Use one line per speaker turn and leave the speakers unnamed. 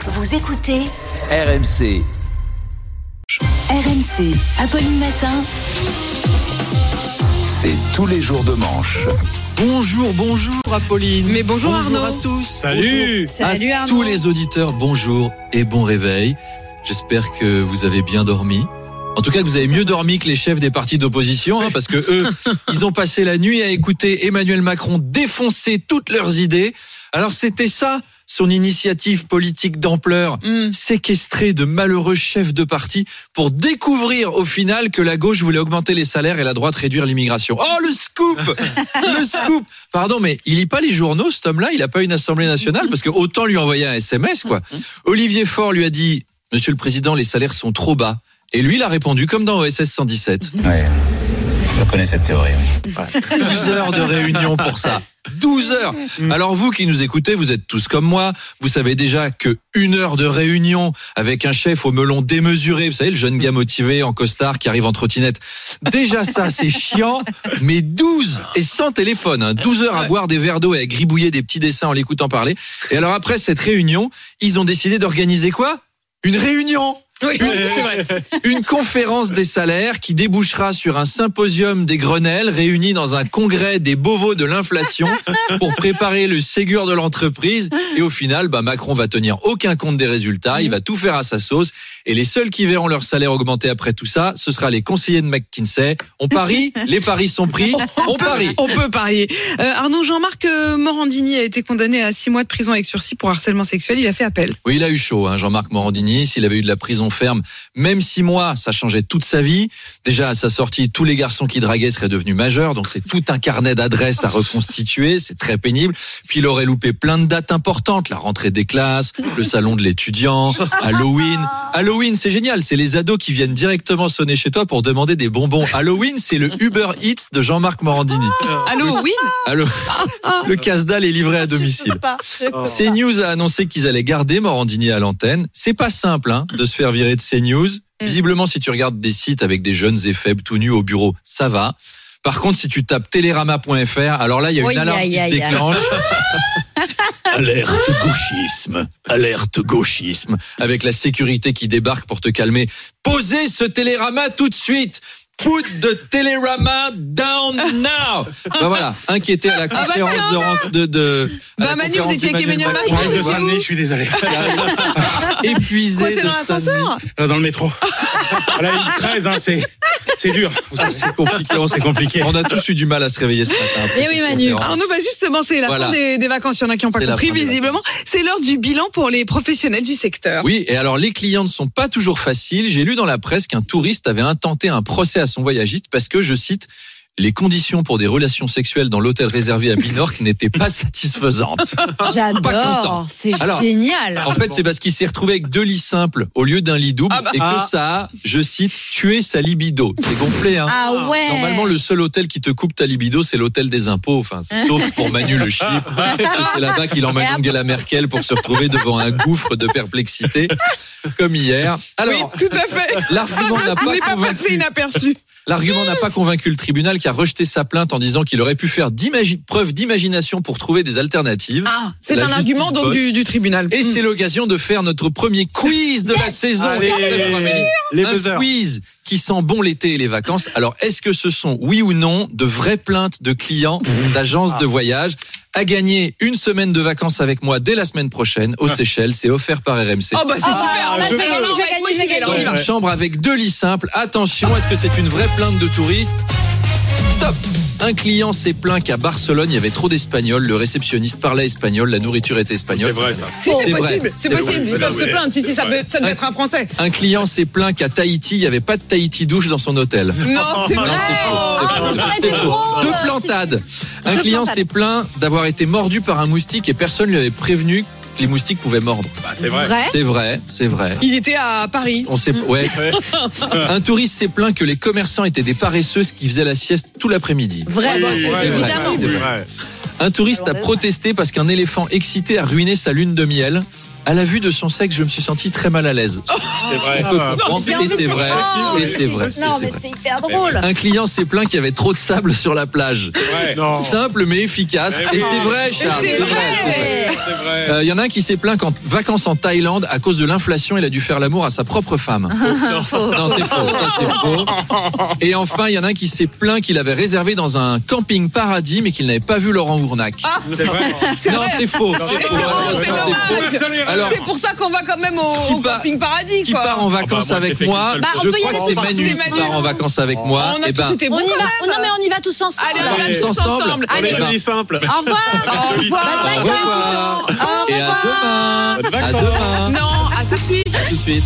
Vous écoutez
RMC.
RMC, Apolline Matin.
C'est tous les jours de manche.
Bonjour, bonjour Apolline.
Mais bonjour, Arnaud.
à tous.
Salut.
Bonjour
Salut,
à
Arnaud.
tous les auditeurs. Bonjour et bon réveil. J'espère que vous avez bien dormi. En tout cas, que vous avez mieux dormi que les chefs des partis d'opposition, hein, parce que eux, ils ont passé la nuit à écouter Emmanuel Macron défoncer toutes leurs idées. Alors c'était ça, son initiative politique d'ampleur,
Mm.
séquestrer de malheureux chefs de parti pour découvrir au final que la gauche voulait augmenter les salaires et la droite réduire l'immigration. Oh le scoop Le scoop Pardon, mais il lit pas les journaux, cet homme-là, il a pas une assemblée nationale, parce que autant lui envoyer un SMS, quoi. Olivier Faure lui a dit, Monsieur le Président, les salaires sont trop bas. Et lui, il a répondu comme dans OSS 117.
Je connais cette théorie.
12 heures de réunion pour ça. 12 heures. Alors vous qui nous écoutez, vous êtes tous comme moi. Vous savez déjà que une heure de réunion avec un chef au melon démesuré, vous savez, le jeune gars motivé en costard qui arrive en trottinette. Déjà ça, c'est chiant. Mais 12 et sans téléphone. hein. 12 heures à boire des verres d'eau et à gribouiller des petits dessins en l'écoutant parler. Et alors après cette réunion, ils ont décidé d'organiser quoi Une réunion
Oui, c'est vrai.
une conférence des salaires qui débouchera sur un symposium des Grenelles réunis dans un congrès des Beauvaux de l'inflation pour préparer le Ségur de l'entreprise. Et au final, bah, Macron va tenir aucun compte des résultats. Il va tout faire à sa sauce. Et les seuls qui verront leur salaire augmenter après tout ça, ce sera les conseillers de McKinsey. On parie, les paris sont pris, on parie.
On peut parier. Euh, Arnaud Jean-Marc euh, Morandini a été condamné à six mois de prison avec sursis pour harcèlement sexuel. Il a fait appel.
Oui, il a eu chaud, hein, Jean-Marc Morandini. S'il avait eu de la prison ferme, même six mois, ça changeait toute sa vie. Déjà, à sa sortie, tous les garçons qui draguaient seraient devenus majeurs. Donc, c'est tout un carnet d'adresses à reconstituer. C'est très pénible. Puis, il aurait loupé plein de dates importantes. La rentrée des classes, le salon de l'étudiant, Halloween. Halloween, c'est génial. C'est les ados qui viennent directement sonner chez toi pour demander des bonbons. Halloween, c'est le Uber Eats de Jean-Marc Morandini.
Allô, oui
Allo- Ah, le casse-dalle est livré à domicile. CNews a annoncé qu'ils allaient garder Morandini à l'antenne. C'est pas simple hein, de se faire virer de CNews.
Eh
Visiblement, si tu regardes des sites avec des jeunes et faibles tout nus au bureau, ça va. Par contre, si tu tapes telerama.fr, alors là, il y a une
Oui,
alarme
aïe,
qui se
aïe, aïe.
déclenche. Alerte gauchisme, alerte gauchisme, avec la sécurité qui débarque pour te calmer. Posez ce télérama tout de suite. Put the télérama down now. Ben voilà, inquiété à la
bah
conférence
tiens,
de ren- de, de, à
Bah
la
Manu,
conférence
vous étiez avec
d'Emmanuel
Emmanuel
Macron.
Macron, vous
Je dois
êtes
amener,
où
je suis désolé.
Quoi,
épuisé
c'est
de
dans
sa nuit.
l'ascenseur
Là, Dans le métro. À la ligne 13, hein, c'est, c'est dur. Vous savez.
C'est compliqué, on s'est-
C'est compliqué.
On a tous eu du mal à se réveiller ce matin. après
Eh oui,
cette
Manu.
conférence.
Arnaud va justement, c'est la
Voilà.
fin des, des vacances. Il y en a qui n'ont pas
C'est la
compris,
fin des
visiblement. C'est l'heure du bilan pour les professionnels du secteur.
Oui, et alors les clients ne sont pas toujours faciles. J'ai lu dans la presse qu'un touriste avait intenté un procès à son voyagiste parce que, je cite, les conditions pour des relations sexuelles dans l'hôtel réservé à Minorque n'étaient pas satisfaisantes. Pas content.
J'adore, c'est
Alors,
génial.
En fait, c'est parce qu'il s'est retrouvé avec deux lits simples au lieu d'un lit double
Ah bah.
et que ça a, je cite, tué sa libido. C'est gonflé, hein
Ah ouais.
Normalement, le seul hôtel qui te coupe ta libido, c'est l'hôtel des impôts. Enfin, sauf pour Manu le chiffre. Parce que c'est là-bas qu'il emmène
Et après-
Angela Merkel pour se retrouver devant un gouffre de perplexité, comme hier.
Oui,
Alors,
tout à fait. Ah,
l'argument n'a
On
pas
n'est pas passé
convaincu.
inaperçu.
L'argument n'a pas convaincu le tribunal qui a rejeté sa plainte en disant qu'il aurait pu faire d'imagi- preuve d'imagination pour trouver des alternatives.
Ah, c'est
La
un
justice
argument donc
bosse.
du, du tribunal.
Et
Mm.
c'est l'occasion de faire notre premier quiz de la saison.
Allez,
Christophe Ramilly.
les
un
buzzers.
quiz qui sent bon l'été et les vacances. Alors, est-ce que ce sont, oui ou non, de vraies plaintes de clients d'agences
Ah.
de voyage à gagner une semaine de vacances avec moi dès la semaine prochaine
Ah.
aux Seychelles C'est offert par RMC.
Oh bah c'est super.
alors là,
Je
j'ai
vais-
gagné,
on va
j'ai gagné,
être
j'ai
motivé, là, on
Dans
y
gagné.
va.
une chambre avec deux lits simples. Attention, est-ce que c'est une vraie plainte de touriste Top un client s'est plaint qu'à Barcelone, il y avait trop d'Espagnols. Le réceptionniste parlait espagnol, la nourriture était espagnole.
C'est vrai, ça.
Si,
C'est
c'est
vrai.
possible, c'est
C'est
possible.
vrai.
Ils peuvent
C'est
se
vrai.
plaindre. Si, si, ça peut- ça doit être un Français.
Un client s'est plaint qu'à Tahiti, il n'y avait pas de Tahiti douche dans son hôtel.
Non, c'est
Ah, Non,
vrai.
c'est faux, c'est
Ah,
faux,
mais ça aurait
c'est
été
faux.
drôle.
Deux plantades. Un client
plantades.
s'est plaint d'avoir été mordu par un moustique et personne ne lui avait prévenu que les moustiques pouvaient mordre.
Bah, c'est vrai.
Vrai
C'est vrai, c'est vrai.
Il était à Paris.
On
Mm.
s'est, ouais. Un touriste s'est plaint que les commerçants étaient des paresseux qui faisaient la sieste tout l'après-midi.
Ah,
Vrai,
Oui,
bah,
oui,
c'est-
oui,
évidemment.
oui, oui.
Un touriste a protesté parce qu'un éléphant excité a ruiné sa lune de miel. à la vue de son sexe, je me suis senti très mal à l'aise.
C'est vrai.
On peut comprendre,
c'est
et c'est vrai,
impossible.
et c'est vrai, et
Ah, Non,
c'est
mais
vrai.
c'est hyper drôle.
Un client s'est plaint qu'il y avait trop de sable sur la plage.
Ouais.
Non.
Simple mais efficace.
Eh
Et
oui.
c'est vrai, Charles.
c'est
c'est vrai,
vrai.
c'est vrai.
C'est vrai.
Euh, Il y en a un qui s'est plaint qu'en vacances en Thaïlande, à cause de l'inflation, il a dû faire l'amour à sa propre femme. non, c'est faux. ça, c'est faux. Et enfin, il y en a un qui s'est plaint qu'il avait réservé dans un camping paradis, mais qu'il n'avait pas vu Laurent Ournac.
Ah, C'est vrai. Oh,
C'est
non,
vrai.
c'est faux. C'est faux.
vrai,
Alors,
c'est
non, c'est faux.
Vous allez
Alors,
C'est pour ça qu'on va quand même
Qui
au, au
part-
camping paradis,
qui
quoi.
part en vacances
moi, j'ai
avec
fait
Oh, bah, moi
qu'une seule
Je
fois.
crois que c'est
Bah, on peut y
Manu
aller
qui
ensemble.
part en vacances avec moi.
On a
Eh
tous
ben,
été
On
bons.
y va. Oh, Non, mais on y va tous ensemble.
Allez, on
va
Allez,
tous ensemble.
On
Allez.
est amis simple.
Au revoir.
Au revoir.
Bonnes
Au revoir.
vacances. Au
Et à
revoir.
demain.
Bonnes
À
vacances.
demain.
Non, à tout de suite.
À tout de suite.